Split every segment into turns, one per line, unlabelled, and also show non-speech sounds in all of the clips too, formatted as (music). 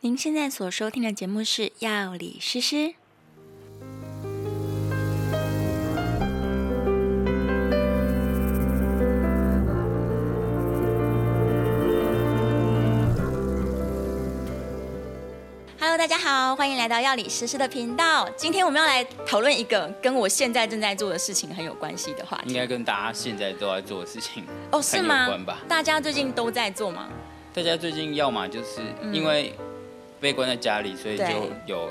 您现在所收听的节目是《药理诗诗》。Hello，大家好，欢迎来到药理诗诗的频道。今天我们要来讨论一个跟我现在正在做的事情很有关系的话
应
题。
该跟大家现在都在做的事情
哦，是
嗯很有
吗
关吧？
大家最近都在做吗？
大家最近要么就是因为被关在家里，所以就
嗯对
有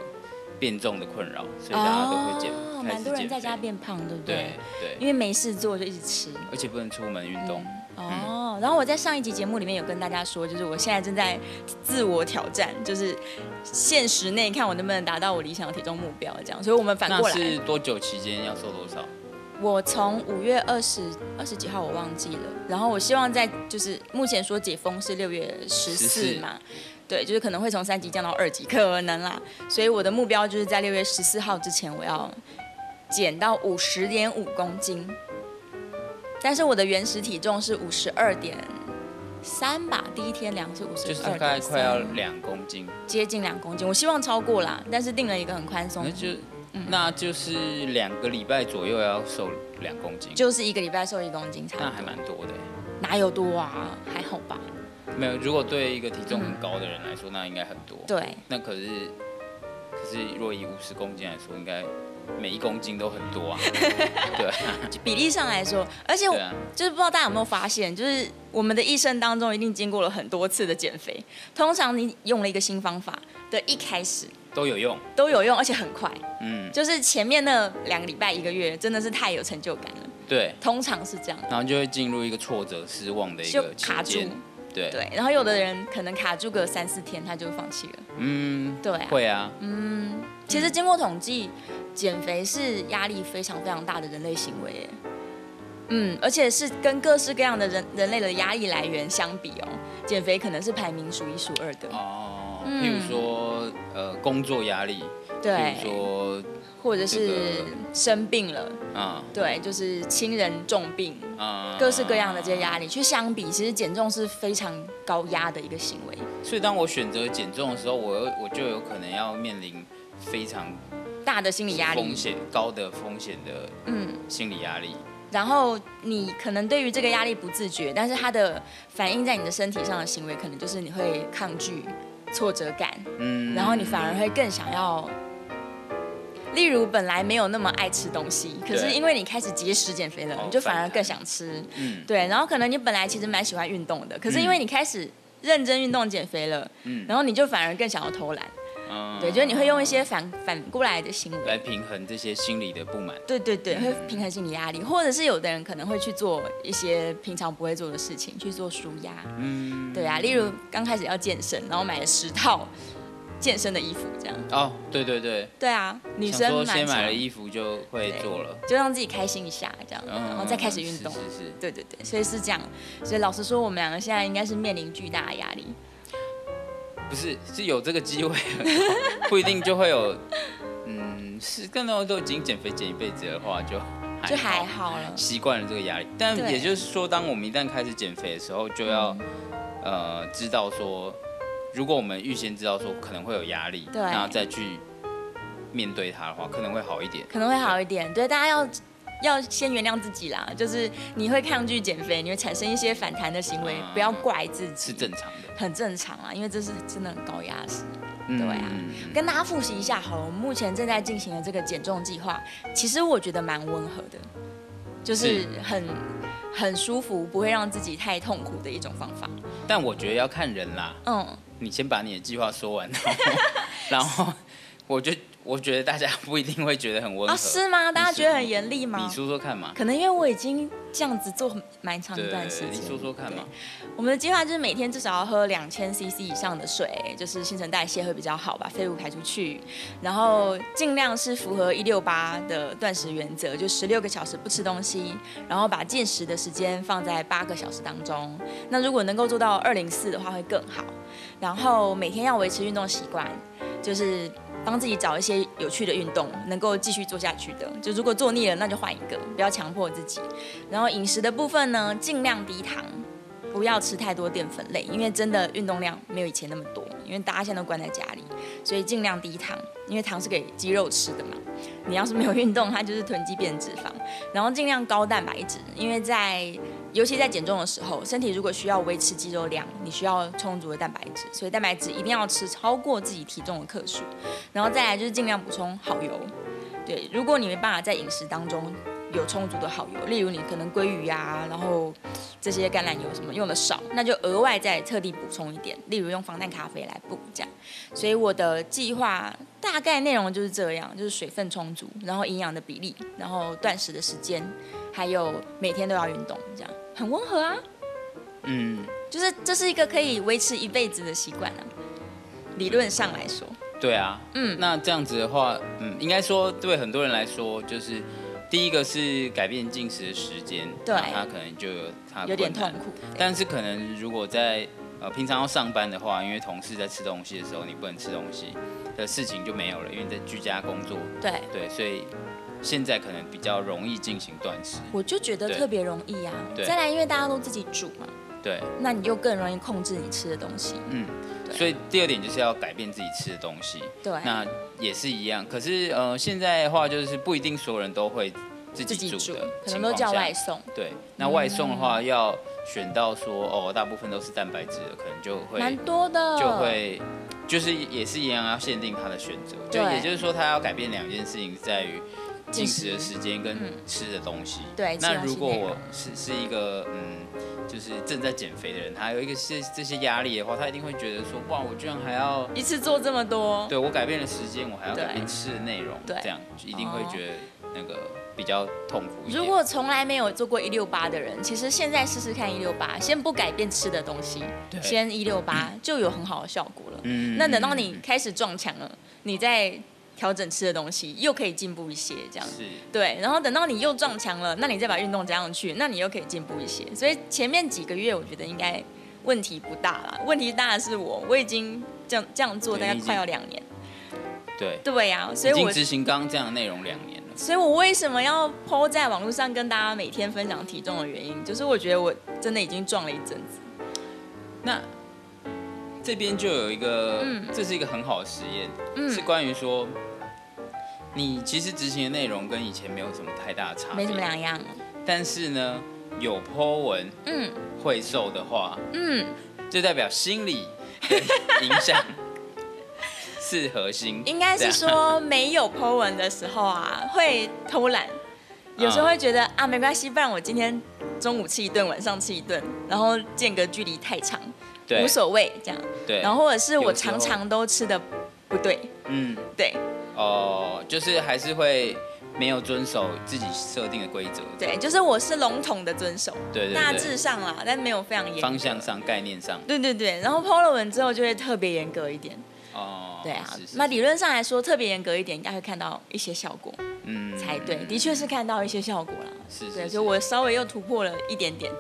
变重的困扰，所以大家都会减，开始
哦蛮多人
减
在家
肥
变胖，对不
对对，
因为没事做就一直吃。
而且不能出门运动，
哦，然后我在上一集节目里面有跟大家说，就是我现在正在自我挑战，就是限时内看我能不能达到我理想的体重目标，这样。所以我们反
那
过来，
是多久期间要瘦多少？
我从五月二十二十几号我忘记了，然后我希望在就是目前说解封是六月十四
14
嘛，对，就是可能会从三级降到二级，可能啦。所以我的目标就是在六月十四号之前我要减到五十点五公斤，但是我的原始体重是五十二点三吧，第一天量是五十
就是大
二
概
点
快要
三，嗯
两公斤，
接近两公斤，我希望超过啦，但是定了一个很宽松
那，就
嗯
那就是两个礼拜左右要瘦两公斤，
就是一个礼拜瘦一公斤差不
那
多，
还蛮多的欸。
哪有多啊，还好吧。
没有，如果对一个体重很高的人来说，那应该很多。
对，
那可是，可是若以五十公斤来说，应该每一公斤都很多
(laughs)
啊。对啊，
比例上来说，而且我
对啊，
就是不知道大家有没有发现，就是我们的一生当中一定经过了很多次的减肥。通常你用了一个新方法的一开始
都有用。
都有用，而且很快，
嗯，
就是前面那两个礼拜一个月真的是太有成就感了，
对。
通常是这样，
然后就会进入一个挫折、失望的一
就
个期
卡住。
间。对，
对，然后有的人可能卡住个三四天，他就放弃了。
嗯，
对啊，
会啊，
其实经过统计，减肥是压力非常非常大的人类行为耶。嗯，而且是跟各式各样的人人类的压力来源相比哦，减肥可能是排名数一数二的。
哦，譬如说，呃，工作压力，譬
嗯对
如，说，
或者
这
是
个
生病了，
啊、
对，就是亲人重病，
嗯、啊、
各式各样的这些压力，去相比，其实减重是非常高压的一个行为，
所以当我选择减重的时候，我又我就有可能要面临非常
大的心理压力
风。险高的风险的
嗯，
心理压力。
然后你可能对于这个压力不自觉，但是它的反映在你的身体上的行为，可能就是你会抗拒、挫折感，
嗯，
然后你反而会更想要。例如，本来没有那么爱吃东西，可是
对
因为你开始节食减肥了，
哦
你就反而
反弹
更想吃。
嗯
对，然后可能你本来其实蛮喜欢运动的，可是因为你开始认真运动减肥了，
嗯
然后你就反而更想要偷懒，
嗯
对，就是你会用一些反反过来的行为，
来平衡这些心理的不满。
对对对，会平衡心理压力，或者是有的人可能会去做一些平常不会做的事情，去做舒压，
嗯，
对啊，例如刚开始要健身，然后买了十套健身的衣服这样，
哦，对对对，
对啊，女
想
生
说
蛮
先买
常
了衣服就会做了，
就让自己开心一下这样，
嗯
然后再开始运动。
是是是。
对对对，所以是这样。所以老实说，我们两个现在应该是面临巨大的压力。
不是，是有这个机会， (laughs) 不一定就会有。嗯，是，更多人都已经减肥减一辈子的话，就还
就还
好
好了。
习惯了这个压力。但
对
也就是说，当我们一旦开始减肥的时候，就要、
嗯
呃知道说，如果我们预先知道说可能会有压力，
对
然后再去面对它的话，可能会好一点。
可能会好一点。对，大家要要先原谅自己啦，就是你会抗拒减肥，你会产生一些反弹的行为，
嗯
不要怪自己，
是正常的，
很正常啊啦，因为这是真的很高压的事。
嗯
对啊
嗯嗯
跟大家复习一下好了，我们目前正在进行的这个减重计划，其实我觉得蛮温和的，就是
是
很很舒服，不会让自己太痛苦的一种方法。
但我觉得要看人啦，
嗯，
你先把你的计划
(laughs)
说完，然后然后我就我觉得大家不一定会觉得很温和。
啊，是吗？大家觉得很严厉
你
吗？
说说看嘛。
可能因为我已经这样子做蛮长一
对
段时，间，
你说说看嘛。
我们的计划就是每天至少要喝两千 CC 以上的水，就是新陈代谢会比较好，把废物排出去，然后尽量是符合一六八的断食原则，就十六个小时不吃东西，然后把进食的时间放在八个小时当中。那如果能够做到二零四的话，会更好。然后每天要维持运动习惯，就是帮自己找一些有趣的运动，能够继续做下去的。就如果做腻了，那就换一个，不要强迫自己。然后饮食的部分呢，尽量低糖。不要吃太多淀粉类，因为真的运动量没有以前那么多，因为大家现在都关在家里，所以尽量低糖，因为糖是给肌肉吃的嘛。你要是没有运动，它就是囤积变脂肪，然后尽量高蛋白质，因为在尤其在减重的时候，身体如果需要维持肌肉量，你需要充足的蛋白质，所以蛋白质一定要吃超过自己体重的克数，然后再来就是尽量补充好油。对，如果你没办法在饮食当中有充足的好油，例如你可能鲑鱼啊，然后这些橄榄油什么用的少，那就额外再特地补充一点，例如用防弹咖啡来补这样。所以我的计划大概内容就是这样，就是水分充足，然后营养的比例，然后断食的时间，还有每天都要运动，这样很温和啊，
嗯，
就是这是一个可以维持一辈子的习惯啊，理论上来说，
对啊，
嗯
那这样子的话，嗯，应该说对很多人来说，就是第一个是改变进食的时间，
对
那他可能就有他的
有点
困
痛
难
苦。对
但是可能如果在呃平常要上班的话，因为同事在吃东西的时候你不能吃东西的事情就没有了，因为你在居家工作，
对，
对，所以现在可能比较容易进行断食，
我就觉得
对
特别容易啊。
对
再来，因为大家都自己煮嘛，
对，
那你就更容易控制你吃的东西。
嗯，
对哎
所以第二点就是要改变自己吃的东西，
对，
那也是一样。可是呃现在的话就是不一定所有人都会自
自己
己煮
煮
的，
可
情
能都
况
叫
下
外，送。嗯
对，那外送的话要选到说哦大部分都是蛋白质的，可能就会
蛮多的，
就会就是也是一样要限定他的选择，就
对
也就是说他要改变两件事情，在于进
进
食的
食
时间跟
嗯
吃的东西。
对吃
那
东
如
西
果
内
我
容
是是一个嗯，就是正在减肥的人，他有一个是这些压力的话，他一定会觉得说哇，我居然还要。
一次做这么多。
对我改变了时间，我还要
对
改变吃的内容，
对
这样就一定会
哦
觉得那个比较痛苦一点。
如果从来没有做过一六八的人，其实现在试试看一六八，先不改变吃的东西，
对
先一六 (clears throat) 八就有很好的效果了。
嗯
那等到你开始撞墙了，你再调整吃的东西，又可以进步一些，这样。
嗯是
对，然后等到你又撞墙了，那你再把运动加上去，那你又可以进步一些。所以前面几个月我觉得应该问题不大啦，问题大的是我，我已经这样这样做大
对
概
你已经
快要两年。
对，
对呀、所
已
以
经
我
执行刚刚这样的内容两年了，
所以我为什么要抛在网络上跟大家每天分享体重的原因，就是我觉得我真的已经撞了一阵子。
那这边就有一个，
嗯
这是一个很好的实验，
嗯
是关于说你其实执行的内容跟以前没有什么太大的差别，
没什么两样。
但是呢，有 Po 文
嗯
会瘦的话，
嗯，
就代表心理的影
(laughs)
响是核心，
应该是
这样
说没有 Po 文的时候啊，会偷懒，有时候会觉得啊没关系，不然我今天中午吃一顿，晚上吃一顿，然后间隔距离太长，
对
无所谓这样。
对，
然后或者是我
有时候
常常都吃的不对，
嗯
对
哦、就是还是会没有遵守自己设定的规则，
对，就是我是笼统的遵守，
对对
大
对，
致上啦，但没有非常严格
方向上概念上
对对对，然后 PO 了文之后就会特别严格一点。
哦，
对啊，
是是
那
是
理论上来说，特别严格一点，应该会看到一些效果
嗯
才对。的确是看到一些效果啦。
是是
对，
是
所以我稍微又突破了一点点。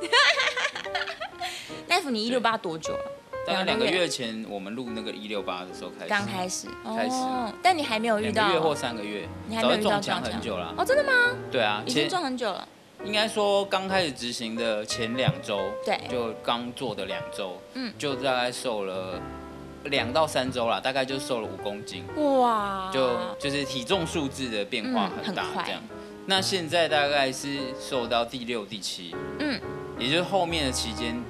大夫，你一六八多久了？啊
大概
两
两个
个月
月前我们录那个一六八的时候开始，
刚开始，
开始
哦，但你还没有遇
两个月或
到，
三个月，
你还没有
早就
遇到
撞
撞
墙很久了。
哦，真的吗？
对啊，
已经
前
撞很久了。
应该说刚开始执行的前两周，
对
就刚做的两周，
嗯
就大概瘦了两到三周啦，大概就瘦了五公斤，
哇，
就就是体重数字的变化
哦嗯
很大
很快
这样。那现在大概是瘦到第六、第七，
嗯，
也就是后面的期间，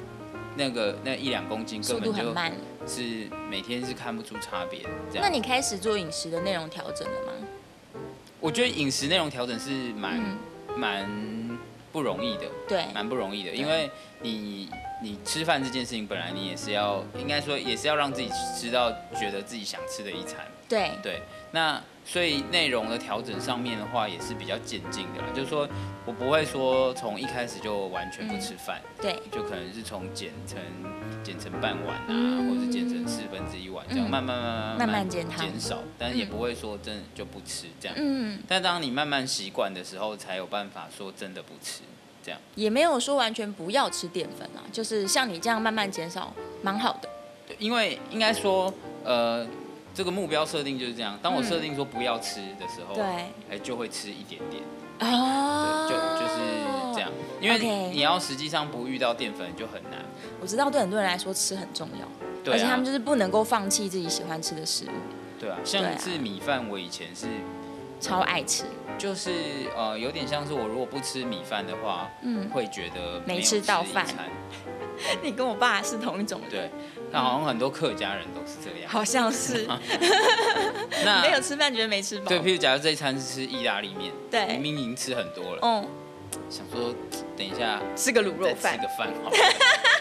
那个那一两公斤
速
根
度
本
很
就啊
慢。
是每天是看不出差别的这
那
样。
你开始做饮食的内容调整了吗？
我觉得饮食内容调整是蛮
嗯，
蛮、不容易的，
对，
蛮不容易的，因为你你吃饭这件事情本来你也是要，应该说也是要让自己吃到觉得自己想吃的一餐，
对，
对。那所以内容的调整上面的话也是比较渐进的啦，就是说我不会说从一开始就完全不吃饭，
对，
就可能是从减成减成半碗啊，
嗯
或者减成四分之一碗这样，
嗯
慢慢慢慢
慢慢减糖
减少，但是也
嗯
不会说真的就不吃这样。
嗯。
但当你慢慢习惯的时候，才有办法说真的不吃。
也没有说完全不要吃淀粉啊，就是像你这样慢慢减少，蛮好的。
对因为应该说，呃，这个目标设定就是这样。当我
嗯
设定说不要吃的时候，
对，
哎，就会吃一点点，对，
哦
就就是这样。因
OK
为你要实际上不遇到淀粉就很难
我知道对很多人来说吃很重要，
对
而且
啊
他们就是不能够放弃自己喜欢吃的食物，
对啊，
对啊
像是米饭，我以前是
超爱吃。
就是呃，有点像是我如果不吃米饭的话，
嗯，
会觉得
没
有
吃到
一
饭
餐
(laughs) 你跟我爸是同一种人，
对，那好像很多客家人都是这样。
好像 (laughs) 是没有
那
吃饭觉得没吃饱。
对，譬如假如这一餐是吃意大利面，
对
明明已经吃很多了，
嗯，
想说等一下
吃个卤
再
肉
吃
饭，
个饭
(laughs)
好了。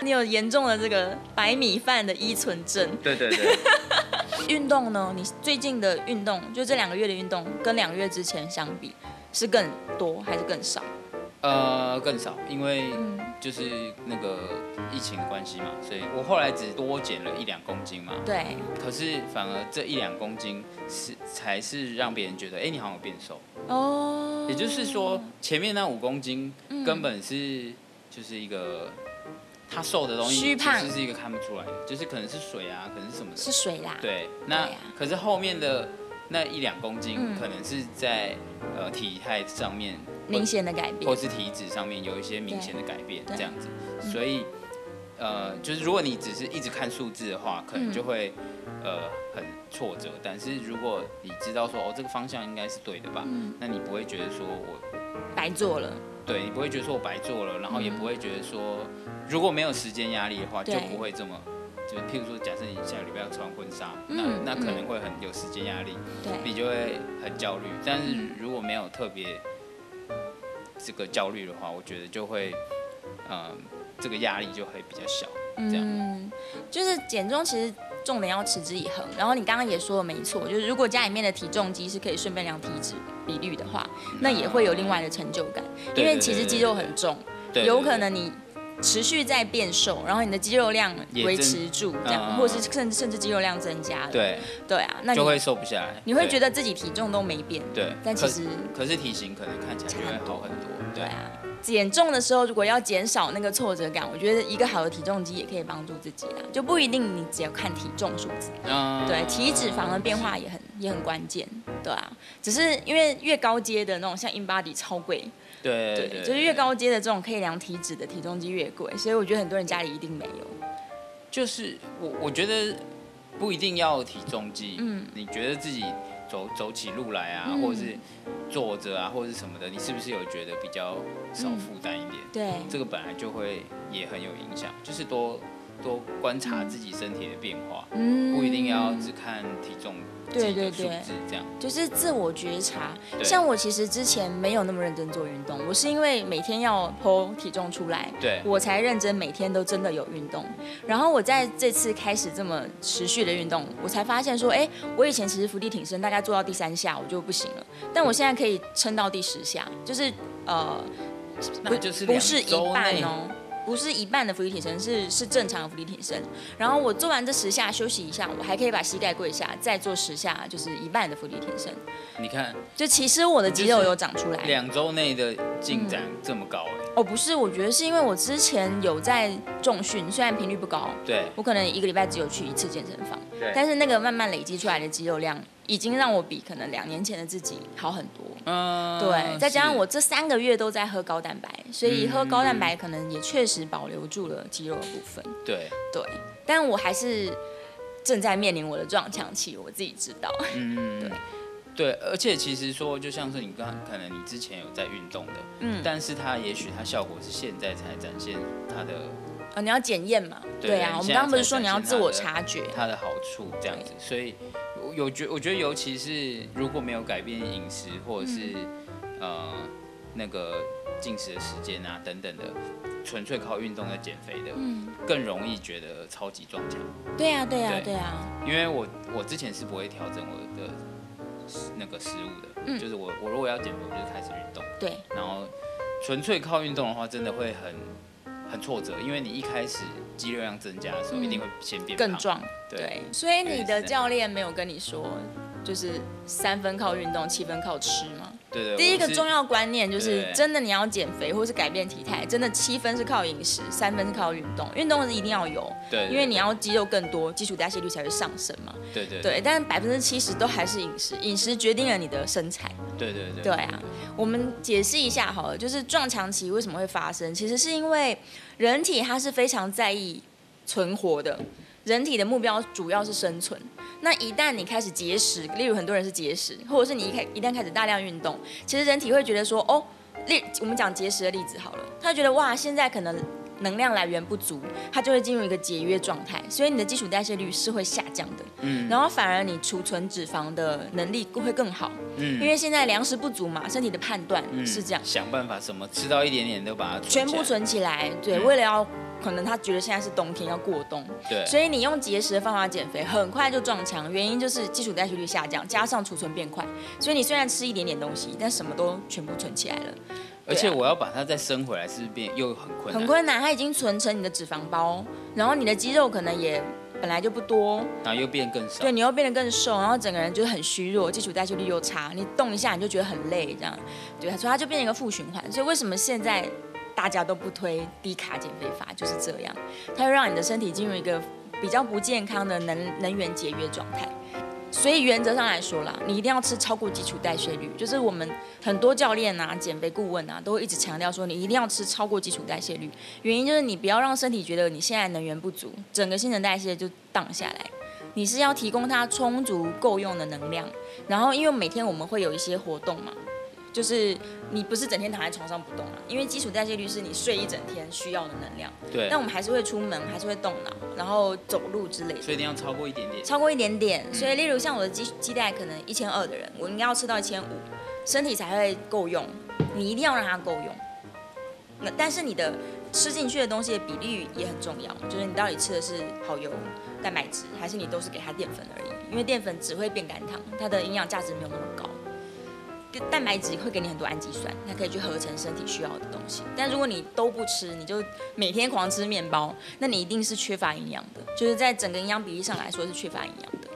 你有严重的这个白米饭的依存症。
对对对，
运动呢？你最近的运动，就这两个月的运动，跟两个月之前相比，是更多还是更少？
呃，更少，因为
嗯
就是那个疫情的关系嘛，所以我后来只多减了一两公斤嘛。
对，
可是反而这一两公斤是才是让别人觉得，哎、你好像有变瘦。
哦，
也就是说，前面那五公斤
嗯
根本是就是一个他瘦的东西，
虚胖
其实是一个看不出来的，就是可能是水啊，可能是什么的。
是水啦。
对，那
对啊
可是后面的那一两公斤
嗯，
可能是在呃体态上面
明显的改
或
变。
是体脂上面有一些明显的改变，
对嗯
这样子，所以呃，就是如果你只是一直看数字的话，可
嗯
能就会呃很挫折。但是如果你知道说哦这个方向应该是对的吧，
嗯，
那你不会觉得说我
白做了。
对你不会觉得说我白做了，然后也
嗯
不会觉得说如果没有时间压力的话，
对
就不会这么。就是譬如说，假设你下个礼拜要穿婚纱，
嗯
那那可能
嗯
会很有时间压力，
对，
你就会很焦虑。但是
嗯
如果没有特别这个焦虑的话，我觉得就会，嗯、这个压力就会比较小。这样
嗯，就是减重其实重点要持之以恒。然后你刚刚也说的没错，就是如果家里面的体重机是可以顺便量体脂比率的话，那也会有另外的成就感，因
嗯对
为其实肌肉很重，
对
有可能你。持续在变瘦，然后你的肌肉量
也
维
增
持住，这样，
嗯
或者是甚至甚至肌肉量增加了，
对，
对啊，那你
就会瘦不下来。
你会
对
觉得自己体重都没变，
对，
但其
可
实
可是体型可能看起来就
差
会
很多
好很多。
对啊，减重的时候，如果要减少那个挫折感，我觉得一个好的体重机也可以帮助自己啦，就不一定你只有看体重数字，
嗯，
对，啊体脂肪的变化也很也很关键，对啊，只是因为越高阶的那种像 InBody 超贵，
对对
对，就是越，高阶的这种可以量体脂的体重机越贵，所以我觉得很多人家里一定没有，
就是我我觉得不一定要体重计，
嗯
嗯，你觉得自己走走起路来啊，
嗯
或者是坐着啊，或者是什么的，你是不是有觉得比较少
嗯
负担一点？
对，
这个本来就会也很有影响，就是多多观察自己身体的变化，
嗯
不一定要只看体重
对
计
对
的数
对
字这样。
就是自我觉察。
对
像我其实之前没有那么认真做运动，我是因为每天要剖体重出来，
对
我才认真每天都真的有运动。然后我在这次开始这么持续的运动，我才发现说，哎，我以前其实伏地挺身大概做到第三下我就不行了，但我现在可以撑到第十下，就是呃，
那就是
不是
两
一
周
半
内
哦，不是一半的伏地挺身，是是正常的伏地挺身。然后我做完这十下休息一下，我还可以把膝盖跪下，再做十下，就是一半的伏地挺身。
你看
就其实我的肌肉
就是
有长出来。
两周内的进展
嗯
这么高哎、
哦，不是，我觉得是因为我之前有在重训，虽然频率不高，
对
我可能一个礼拜只有去一次健身房，
对
但是那个慢慢累积出来的肌肉量，已经让我比可能两年前的自己好很多。
嗯，
对，再加上
是
我这三个月都在喝高蛋白，所以喝高蛋白可能也确实保留住了肌肉的部分。
对，
对，但我还是正在面临我的撞墙期，我自己知
(laughs)
道。
嗯，对。对，而且其实说，就像是你刚可能你之前有在运动的，
嗯
但是它也许它效果是现在才展现它的
啊，你要检验嘛？
对
对啊，我
你
们
现
刚
在
刚不是
才
说
展
你要
现
自
它
我
的
察觉？
它的好处这样子，所以我有觉我觉得尤其是如果没有改变饮食或者是、
嗯
呃那个进食的时间啊等等的，纯粹靠运动来减肥的，
嗯，
更容易觉得超级撞墙。
对呀、啊，对呀、啊，
对
对呀、啊，
因为我我之前是不会调整我的食那个食物的，
嗯
就是我我如果要减肥，我就开始运动，
对，
然后纯粹靠运动的话，真的会很很挫折，因为你一开始肌肉量增加的时候，
嗯
一定会先变
更
胖
壮。
对
对，所以
有
你
点
的
是
教练没有跟你说，就是三分靠运动，七分靠吃吗？
对对，
第一个
我是
重要观念就是
对，
真的你要减肥或是改变体态，真的七分是靠饮食，三分是靠运动。运动是一定要有，
对，
因为你要肌肉更多，基础代谢率才会上升嘛。
对对
对，但百分之七十都还是饮食，饮食决定了你的身材。
对对对
对啊，我们解释一下好了，就是撞墙期为什么会发生，其实是因为人体它是非常在意存活的，人体的目标主要是生存。那一旦你开始节食，例如很多人是节食，或者是你一开一旦开始大量运动，其实人体会觉得说，哦，例我们讲节食的例子好了，他觉得哇，现在可能。能量来源不足，它就会进入一个节约状态，所以你的基础代谢率是会下降的。嗯，然后反而你储存脂肪的能力会更好。
嗯
因为现在粮食不足嘛，身体的判断
嗯
是这样，
想办法什么吃到一点点都把它
全
起
部
来，
存起来。对，
嗯
为了要可能他觉得现在是冬天要过冬，
对，啊
所以你用节食的方法减肥，很快就撞墙。原因就是基础代谢率下降，加上储存变快，所以你虽然吃一点点东西，但什么都全部存起来了，
而且我要把它再生回来，是不是变又很困难？
很困难。它已经存成你的脂肪包，然后你的肌肉可能也。本来就不多，
然后又变更少
对。你又变得更瘦，然后整个人就是很虚弱，基础代谢率又差，你动一下你就觉得很累，这样，对，所以它就变成一个负循环。所以为什么现在大家都不推低卡减肥法，就是这样，它会让你的身体进入一个比较不健康的能能源节约状态。所以原则上来说啦，你一定要吃超过基础代谢率，就是我们很多教练啊、减肥顾问啊，都会一直强调说，你一定要吃超过基础代谢率。原因就是你不要让身体觉得你现在能源不足，整个新陈代谢就荡下来。你是要提供它充足够用的能量，然后因为每天我们会有一些活动嘛，就是你不是整天躺在床上不动啊，因为基础代谢率是你睡一整天需要的能量，
对
但，我们还是会出门，还是会动脑，然后走路之类的。
所以一定要超过一点点。
超过一点点。所以，例如像我的基基带可能一千二的人，我应该要吃到一千五，身体才会够用。你一定要让它够用。那但是你的吃进去的东西的比率也很重要，就是你到底吃的是好油、蛋白质，还是你都是给它淀粉而已？因为淀粉只会变肝糖，它的营养价值没有那么高。跟蛋白质会给你很多氨基酸，它可以去合成身体需要的东西。但如果你都不吃，你就每天狂吃面包，那你一定是缺乏营养的，就是在整个营养比例上来说是缺乏营养的。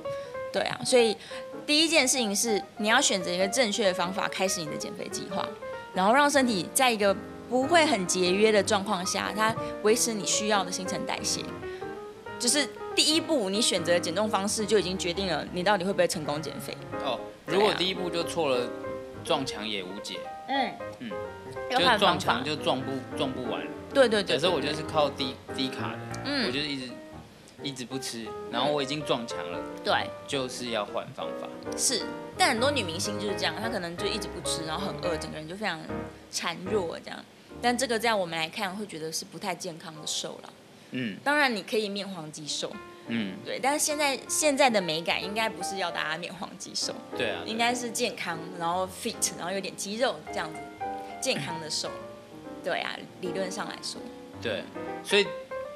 对啊，所以第一件事情是你要选择一个正确的方法开始你的减肥计划，然后让身体在一个不会很节约的状况下，它维持你需要的新陈代谢。就是第一步，你选择的减重方式就已经决定了你到底会不会成功减肥。
哦，如果
对啊
第一步就错了，撞墙也无解，
嗯
嗯，
要
就是
看
撞
方法
墙。就撞不撞不完。
对对对
假，设我就是靠低低卡的，我
嗯，
就是一直一直不吃，然后我已经撞墙了，
对，
就是要换方法。
是。但很多女明星就是这样，她可能就一直不吃，然后很饿，整个人就非常孱弱这样。但这个在我们来看，会觉得是不太健康的瘦了。
嗯
当然，你可以面黄肌瘦，
嗯，
对。但是现在现在的美感应该不是要大家面黄肌瘦，
对啊，
应该是健康，然后 fit，然后有点肌肉这样子，健康的瘦。对啊，理论上来说，
对，所以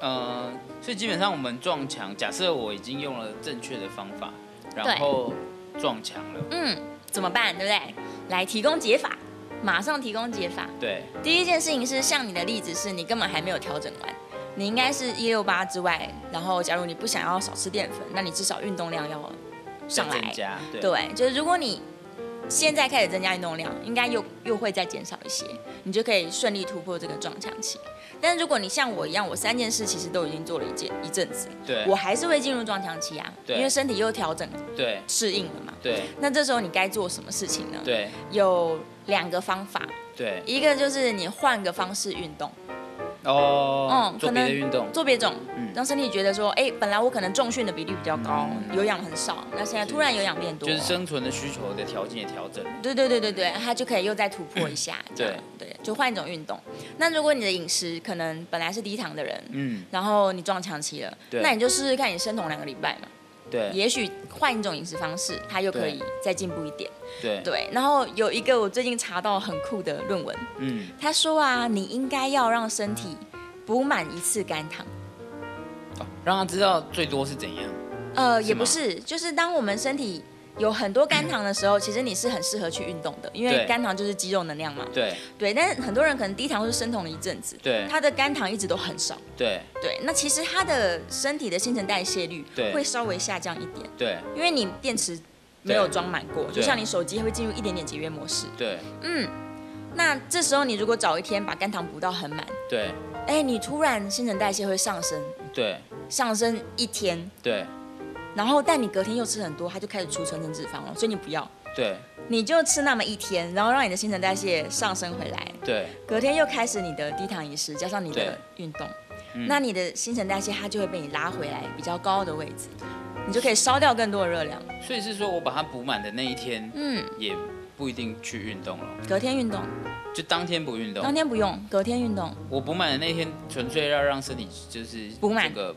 呃，所以基本上我们撞墙，假设我已经用了正确的方法，然
对
后撞墙了，
嗯，怎么办？对不对？来提供解法，马上提供解法。
对
第一件事情是，像你的例子是你根本还没有调整完，你应该是一六八之外，然后假如你不想要少吃淀粉，那你至少运动量要嗯上
再
来
增。加，对
对，就是如果你现在开始增加运动量，应该又又会再减少一些，你就可以顺利突破这个撞墙期。但如果你像我一样，我三件事其实都已经做了一件一阵子，我
对
还是会进入撞墙期啊，
对
因为身体又调整了
对
适应了嘛。
对
那这时候你该做什么事情呢？
对
有两个方法，
对
一个就是你换个方式运动，
哦，
嗯
做
可
别的
能
运动，
做别种
嗯，
让身体觉得说，哎、本来我可能重训的比例比较高，
嗯
有氧很少，那现在突然有氧变多，
就是生存的需求的条件也调整，
对对对对对，它就可以又再突破一下，这样对，就换一种运动。那如果你的饮食可能本来是低糖的人，
嗯，
然后你撞墙期了，
对
那你就试试看，你生酮两个礼拜嘛，
对
也许换一种饮食方式，它又可以再进步一点。
对
对，然后有一个我最近查到很酷的论文，
嗯，
他说啊，你应该要让身体补满一次肝糖。
哦让他知道最多是怎样，
呃，
是
也不
吗
是，就是当我们身体有很多肝糖的时候，其实你是很适合去运动的，因为
对
肝糖就是肌肉能量嘛。
对
对，但是很多人可能低糖或是生酮了一阵子，
对
他的肝糖一直都很少。
对
对，那其实他的身体的新陈代谢率
对
会稍微下降一点，
对
因为你电池没有装满过，就
对
像你手机会进入一点点节约模式。
对
嗯，那这时候你如果早一天把肝糖补到很满，
对
哎，你突然新陈代谢会上升，
对
上升一天，
对
然后但你隔天又吃很多，它就开始储存成脂肪了，所以你不要，
对
你就吃那么一天，然后让你的新陈代谢上升回来，
对
隔天又开始你的低糖饮食，加上你的运动，
嗯
那你的新陈代谢它就会被你拉回来比较高的位置，你就可以烧掉更多的热量。
所以是说我把它补满的那一天，
嗯，
也不一定去运动了，
隔天运动，
就当天不运动
当。天不用，隔天运动。
我补满的那一天，纯粹要让身体就是
补满
这个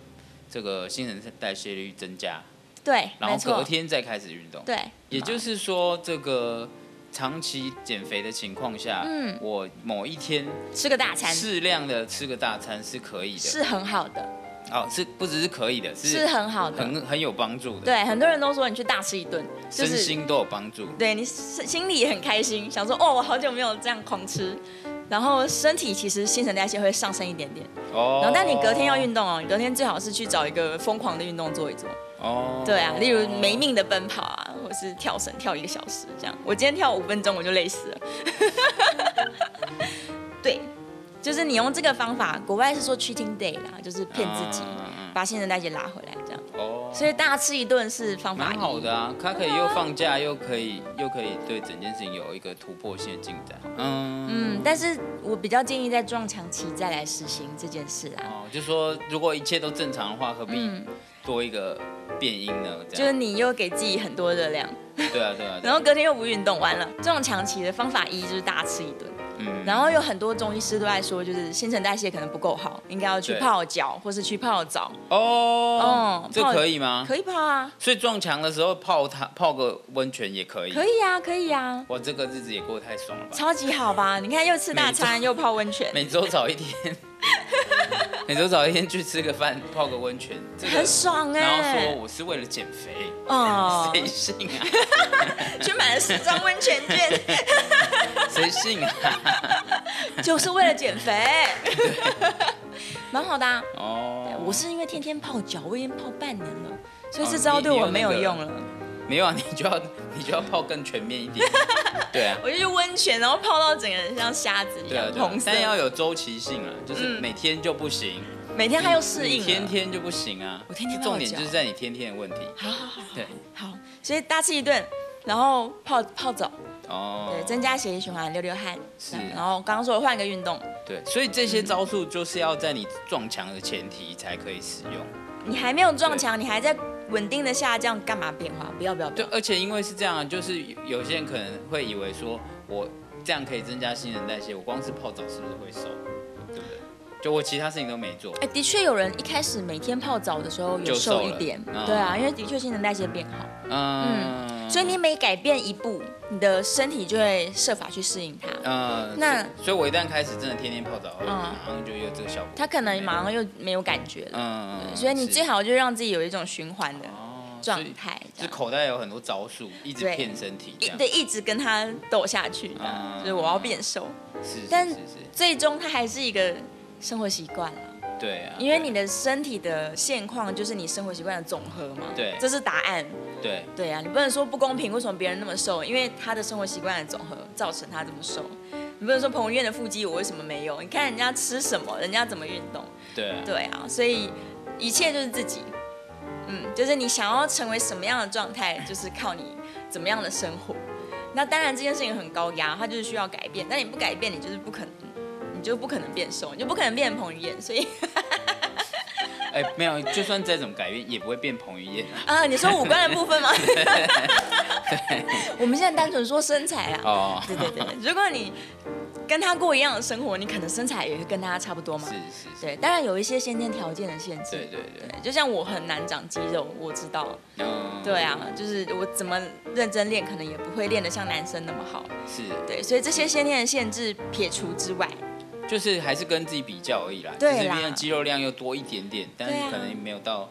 这个新陈代谢率增加，
对，
然
没
后隔
错，
天再开始运动。
对，
也就是说，这个长期减肥的情况下，
嗯
我某一天
吃个大餐
适量的吃个大餐是可以的，
是很好的，
哦，是不只是可以的，
是
是
很好的。
很很有帮助的，
对，很多人都说你去大吃一顿，就
身
是
心都有帮助。
对你心心里也很开心，想说哦，我好久没有这样狂吃，然后身体其实新陈代谢会上升一点点。
哦
然后，但你隔天要运动哦，你隔天最好是去找一个疯狂的运动做一做。
哦，
对啊，例如没命的奔跑啊，或是跳绳跳一个小时这样。我今天跳五分钟我就累死了。 (laughs) 对，就是你用这个方法，国外是说 cheating day 啦，就是骗自己，
嗯嗯
把新陈代谢拉回来这样。
哦，
所以大吃一顿是方法
蛮
一。
好的啊，它可以又放假，又可以又可以对整件事情有一个突破性的进展。嗯，
嗯，但是我比较建议在撞墙期再来实行这件事啊。
哦，就说如果一切都正常的话，何必
嗯，
多一个变音呢？
就
这
是
样，
你又给自己很多热量，
对啊，对啊，对
然
啊
后隔天又不运动，完了撞墙期的方法一就是大吃一顿。
嗯，
然后有很多中医师都在说，就是新陈代谢可能不够好，应该要去
对
泡脚或是去泡澡，
哦
哦，
这
泡
可以吗？
可以泡啊，
所以撞墙的时候泡它泡个温泉也可以。
可以啊，可以啊，
哇，这个日子也过得太爽了吧！
超级好吧？你看又吃大餐又泡温泉，
每周找一天， (laughs) 每周找一天去吃个饭，泡个温泉，这个
很爽
然后说
哎、
我是为了减肥， (laughs)
哦，
谁信啊？
去买了十张温泉
(laughs)
券，
谁信啊？
(laughs) 就是为了减肥，蛮好的、啊。
哦，
我是因为天天泡脚，我已经泡半年了，所以这招对我没有用了。
没有啊，你就要你就要泡更全面
(laughs)
一点。对啊，
我就去温泉，然后泡到整个人像瞎子一
对啊，
样
对啊
红色，
但要有周期性啊，就是
嗯
每天就不行，
每天他又适
你
应了。啊
天天就不行啊。
我天天泡
重点
脚
就是在你天天的问题。
好好好好
对，
好，所以大吃一顿，然后泡泡澡，
哦，
对，增加血液循环，流流汗。
是
然后刚刚说换个运动，
对，所以这
嗯
些招数就是要在你撞墙的前提才可以使用。
你还没有撞墙，你还在稳定的下降，干嘛变化？不要不要不
对
要，，
而且因为是这样啊，就是有些人可能会以为说，我这样可以增加新陈代谢，我光是泡澡是不是会瘦？对不对？就我其他事情都没做。
哎，的确有人一开始每天泡澡的时候有
就瘦
瘦一
了
点，
嗯
对啊，因为的确新陈代谢变好，
嗯，
所以你每改变一步，你的身体就会设法去适应它。
嗯，
那
所以所以我一旦开始真的天天泡澡，我
嗯
马上就有这个效果。
它可能马上又没有感觉了，
嗯，
所以你
是
最好就让自己有一种循环的
哦所
状
以
态，这
就
样
口袋有很多招数，一直
对
骗身体这
一
样。
对一直跟它斗下去，这样
嗯
就是我要变瘦。
是是
但
是是，
最终它还是一个生活习惯啊，
对啊，
因为你的身体的现况就是你生活习惯的总和嘛。
对
这是答案。
对
对啊，你不能说不公平，为什么别人那么瘦？因为他的生活习惯的总和造成他这么瘦。你不能说彭于晏的腹肌我为什么没有？你看人家吃什么，人家怎么运动。
对啊
对啊，所以一切就是自己。嗯，就是你想要成为什么样的状态，就是靠你怎么样的生活。那当然这件事情很高压，它就是需要改变。但你不改变，你就是不可能，你就不可能变瘦，你就不可能变成彭于晏。所以 (laughs)
哎、没有，就算再怎么改变，也不会变彭
(laughs)
于晏啊。
啊，你说五官的部分吗？ (laughs) 我们现在单纯说身材啊。
哦，
对对对，如果你跟他过一样的生活，你可能身材也会跟他差不多嘛
是。是是，
对，当然有一些先天条件的限制。
对对对，
就像我很难长肌肉，我知道。
嗯，
对啊，就是我怎么认真练，可能也不会练得像男生那么好。
是，
对，所以这些先天的限制撇除之外，
就是还是跟自己比较而已啦，
对
就是
啦
练的肌肉量又多一点点，但
对啊嗯
是可能没有到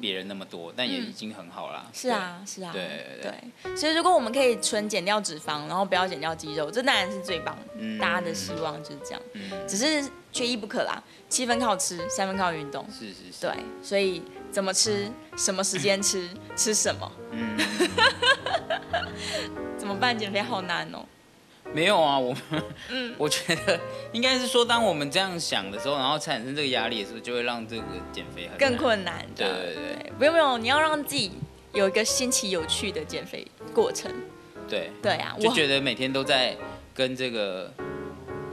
别人那么多，但也已经很好啦。
是啊，是啊，
对对对
对所以如果我们可以纯减掉脂肪，然后不要减掉肌肉，这当然是最棒的。
对，嗯
大家的希，望就是这样，
嗯，
只是缺一不可啦。七分靠吃，三分靠运动。
是是是，
对，所以怎么吃，什么时间吃，吃什么，
嗯，
怎么办？减肥好难
(laughs)
哦。
(laughs) 没有啊，我们，
嗯
(laughs) 我觉得应该是说，当我们这样想的时候，然后产生这个压力的时候，就会让这个减肥很
更
难。
困难
对
的。
对对
不用不用，你要让自己有一个新奇有趣的减肥过程。
对，
对啊，
就
我
觉得每天都在跟这个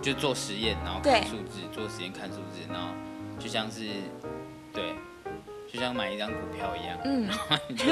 就做实验，然后看
对
数字，做实验看数字，然后就像是对，就像买一张股票一样，
嗯
你就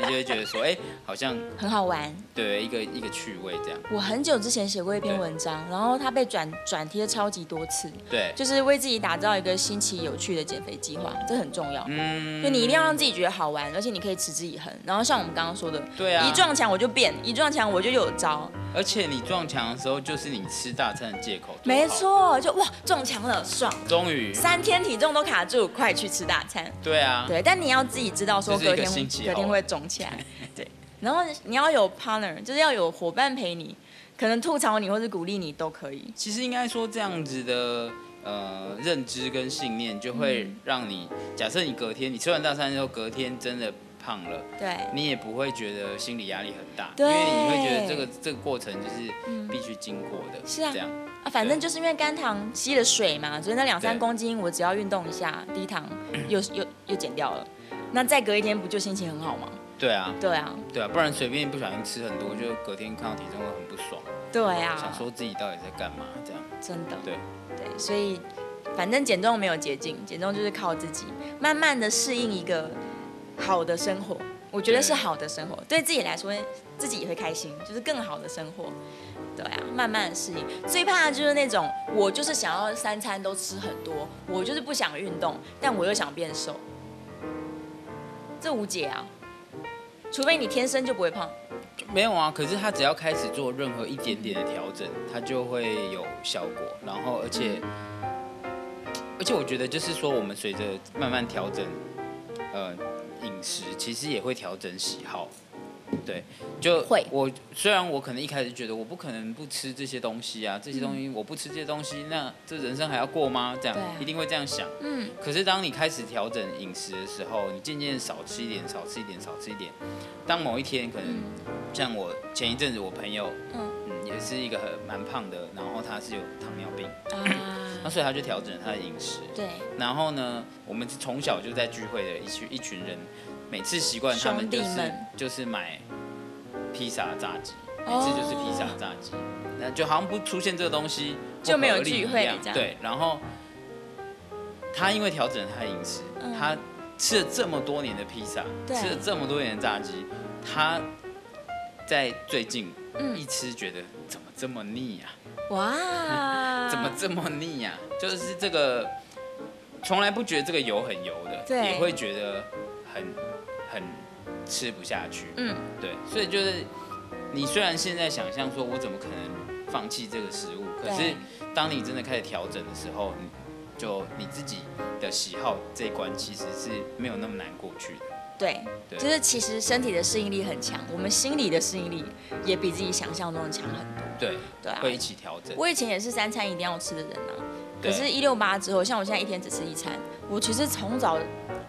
你就会觉得说，哎、好像
很好玩。
对一个一个趣味这样，
我很久之前写过一篇
对
文章，然后它被转转贴超级多次，
对，
就是为自己打造一个新奇有趣的减肥计划，这很重要。
嗯
就你一定要让自己觉得好玩，而且你可以持之以恒。然后像我们刚刚说的，
对啊
一，撞墙我就变，一撞墙我就有招，
而且你撞墙的时候，就是你吃大餐的借口，多
没
好，
错，就哇撞墙了，爽！
终于，
三天体重都卡住，快去吃大餐。
对啊，
对，但你要自己知道说
这是一
隔
个
天
新奇
隔
好
天会肿起
(laughs)
来，对。然后你要有 partner，就是要有伙伴陪你，可能吐槽你或是鼓励你都可以。
其实应该说这样子的呃认知跟信念，就会
嗯
让你、假设你隔天你吃完大餐之后，隔天真的胖了，
对，
你也不会觉得心理压力很大，因
对
为你会觉得这个这个过程就是必须经过的，
嗯是啊
这样
啊，反正就是因为肝糖吸了水嘛，所以那两三
对
公斤我只要运动一下，低
(clears throat)
糖又又又减掉了。那再隔一天不就心情很好吗？
对啊
对啊，
对啊，不然随便不小心吃很多，就隔天看到体重会很不爽，
对
想
啊，
说自己到底在干嘛这样，
真的。
对
对，所以反正减重没有捷径，减重就是靠自己，慢慢的适应一个好的生活。我觉得是
对
好的生活，对自己来说，自己也会开心，就是更好的生活。对啊，慢慢的适应。最怕的就是那种我就是想要三餐都吃很多，我就是不想运动，但我又想变瘦，这无解啊。除非你天生就不会胖，
就没有啊，可是他只要开始做任何一点点的调整，他就会有效果。然后，而且，而且我觉得就是说，我们随着慢慢调整，呃，饮食其实也会调整喜好。对，就
会
我虽然我可能一开始觉得我不可能不吃这些东西啊，这些东西我不吃这些东西，那这人生还要过吗？这样、
对啊
一定会这样想。
嗯，
可是当你开始调整饮食的时候，你渐渐少吃一点，少吃一点，少吃一点。当某一天可能像我前一阵子我朋友，
嗯
嗯也是一个很蛮胖的，然后他是有糖尿病，那
啊，
所以他就调整了他的饮食。
对，
然后呢，我们从小就在聚会的一群一群人，每次习惯他们就
兄弟
是
们
就是买披萨炸鸡，每
哦
次就是披萨炸鸡，那就好像不出现这个东西
就没有
不合理
聚会
一样
这样
对，然后他因为调整他的饮食，
嗯
他吃了这么多年的披萨，
对
吃了这么多年的炸鸡，他在最近
嗯
一吃觉得怎么这么腻啊？
哇，
怎么这么腻呀、就是这个，从来不觉得这个油很油的，
对
也会觉得很很吃不下去。
嗯，
对，所以就是你虽然现在想象说我怎么可能放弃这个食物，可是
对
当你真的开始调整的时候，你就你自己的喜好这一关其实是没有那么难过去的。
对，
对
就是其实身体的适应力很强，我们心理的适应力也比自己想象中的强很多。
对，
对啊，
会一起调整。
我以前也是三餐一定要吃的人啊，可
对
是，一六八之后，像我现在一天只吃一餐，我其实从早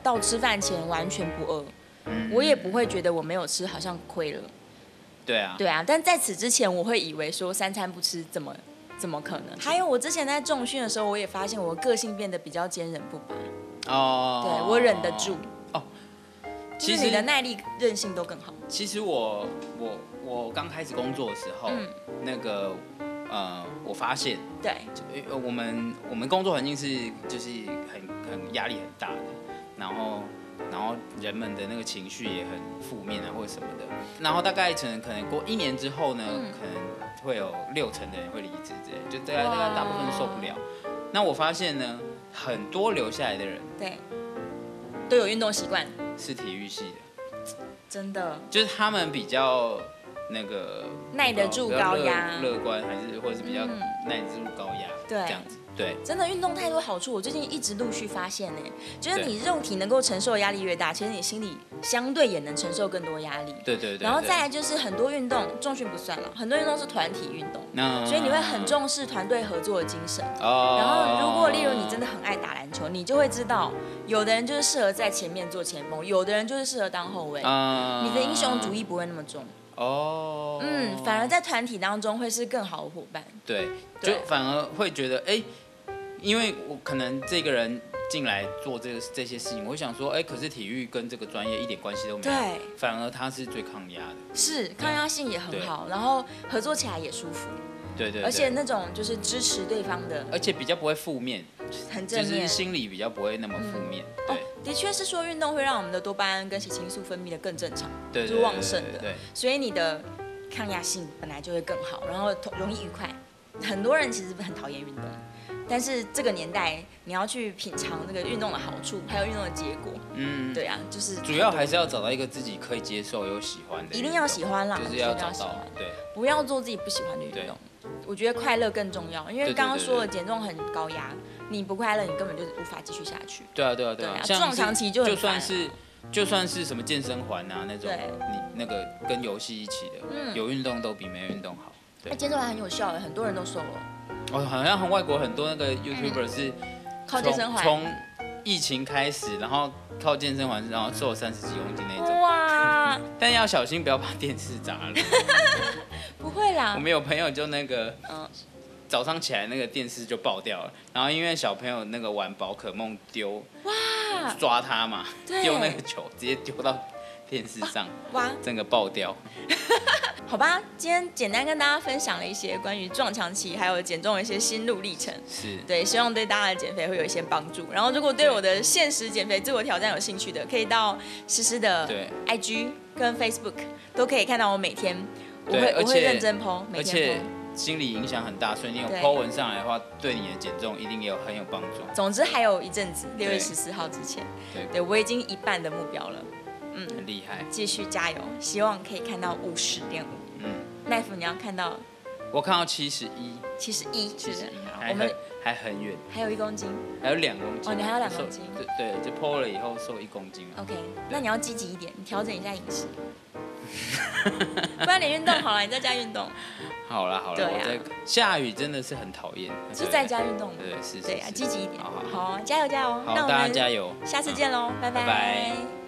到吃饭前完全不饿，
嗯
我也不会觉得我没有吃好像亏了。
对啊，
对啊，但在此之前，我会以为说三餐不吃怎么怎么可能？还有我之前在重训的时候，我也发现我个性变得比较坚韧不拔，对
哦，
我忍得住。。
其
就是
实
你的耐力、韧性都更好。
其实我我我刚开始工作的时候，
嗯
那个呃，我发现
对，
呃我们我们工作环境是就是很很压力很大的，然后然后人们的那个情绪也很负面啊或者什么的，然后大概可能可能过一年之后呢，
嗯
可能会有六成的人会离职之类，就大概大
哇
概大部分受不了。那我发现呢，很多留下来的人
对，都有运动习惯，
是体育系的，
真的
就是他们比较那个
耐得
哦
住高压
比较。乐乐观还是或者是比较
嗯
耐得住高压，
对
这样子，对
真的运动太多好处，我最近一直陆续发现呢，欸就是
对
你肉体能够承受的压力越大，其实你心里相对也能承受更多压力。
对对对。
然后
对
再来就是很多运动，重训不算了，很多运动是团体运动，
那，
所以你会很重视团队合作的精神。
哦。
然后，如果例如你真的很爱打篮球，你就会知道，有的人就是适合在前面做前锋，有的人就是适合当后卫。
啊，
你的英雄主义不会那么重，
哦，
嗯，反而在团体当中会是更好的伙伴。
对，
对
就反而会觉得，哎、因为我可能这个人进来做这个这些事情，我会想说，哎、可是体育跟这个专业一点关系都没有，
对，
反而他是最抗压的，
是抗压性也很好，然后合作起来也舒服，
对对对，
而且那种就是支持对方的
而且比较不会负面，
很
就
正
是
面。
心理比较不会那么负面，
哦的
对，
确是说运动会让我们的多巴胺跟血清素分泌的更正常，
对
就
对对
是
对
旺盛
对
的
对对
所以你的抗压性本来就会更好，然后同容易愉快。很多人其实很讨厌运动，但是这个年代你要去品尝那个运动的好处，还有运动的结果。
嗯，
对啊，就是
主要还是要找到一个自己可以接受又喜欢的，
一定要喜欢啊啦，
就是
绝
要
对
找
喜
到
欢，
对
不要做自己不喜欢的运动。我觉得快乐更重要，因为
对对
刚刚
对
说了
对
减重很高压，你不快乐，你根本就无法继续下去。
对啊对啊
对啊
啊，
这种
像是
长期就很
就算
烦啊
是就算是什么健身环啊那种
对，嗯
你那个跟游戏一起的，有运动都比没运动好。
那健身环很有效，很多人都瘦了，
哦，好像很外国很多那个 YouTuber 是
嗯靠健身环。
从疫情开始，然后靠健身环，然后瘦三十几公斤那
嗯
种。
哇，
但要小心不要把电视砸了。
不会啦
我，们有朋友就那个
嗯，
早上起来那个电视就爆掉了，然后因为小朋友那个玩宝可梦丢，哇，抓他嘛，
对
丢那个球直接丢到电视上，
哇，
整个爆掉。
好吧，今天简单跟大家分享了一些关于撞墙期还有减重的一些心路历程。
是，
对，希望对大家的减肥会有一些帮助。然后，如果对我的限时减肥自我挑战有兴趣的，可以到诗诗的
对
IG 跟 Facebook 都可以看到我每天，我
对
会
而
我会
且
认真 PO，每
而
天
且
PO。
心理影响很大，所以你有
对
Po 文上来的话，对你的减重一定也有很有帮助。
总之还有一阵子，六月
对
十四号之前，
对
对我已经一半的目标了，
很厉害。
继续加油，希望可以看到五十点五。
嗯，
奈夫，你要看到
我看到七十一，
七十一，
七十一，啊还
我们
很还很远，
还有一公斤。
还有两公斤。啊
哦你还有两
瘦
公斤哦
对对，就 Po 了以后瘦一公斤了。啊
OK，那你要积极一点，你调整一下饮食，不然你运动好了，你在家运
(laughs)
动，
好了好
对
了，
啊
我在下雨真的是很讨厌。
是在家运动吗
对。对是。是
对啊，
是
积极一点，
好好
好，加油加油，
好，
那我
大家
们
加油。
下次
嗯
见喽，拜
拜拜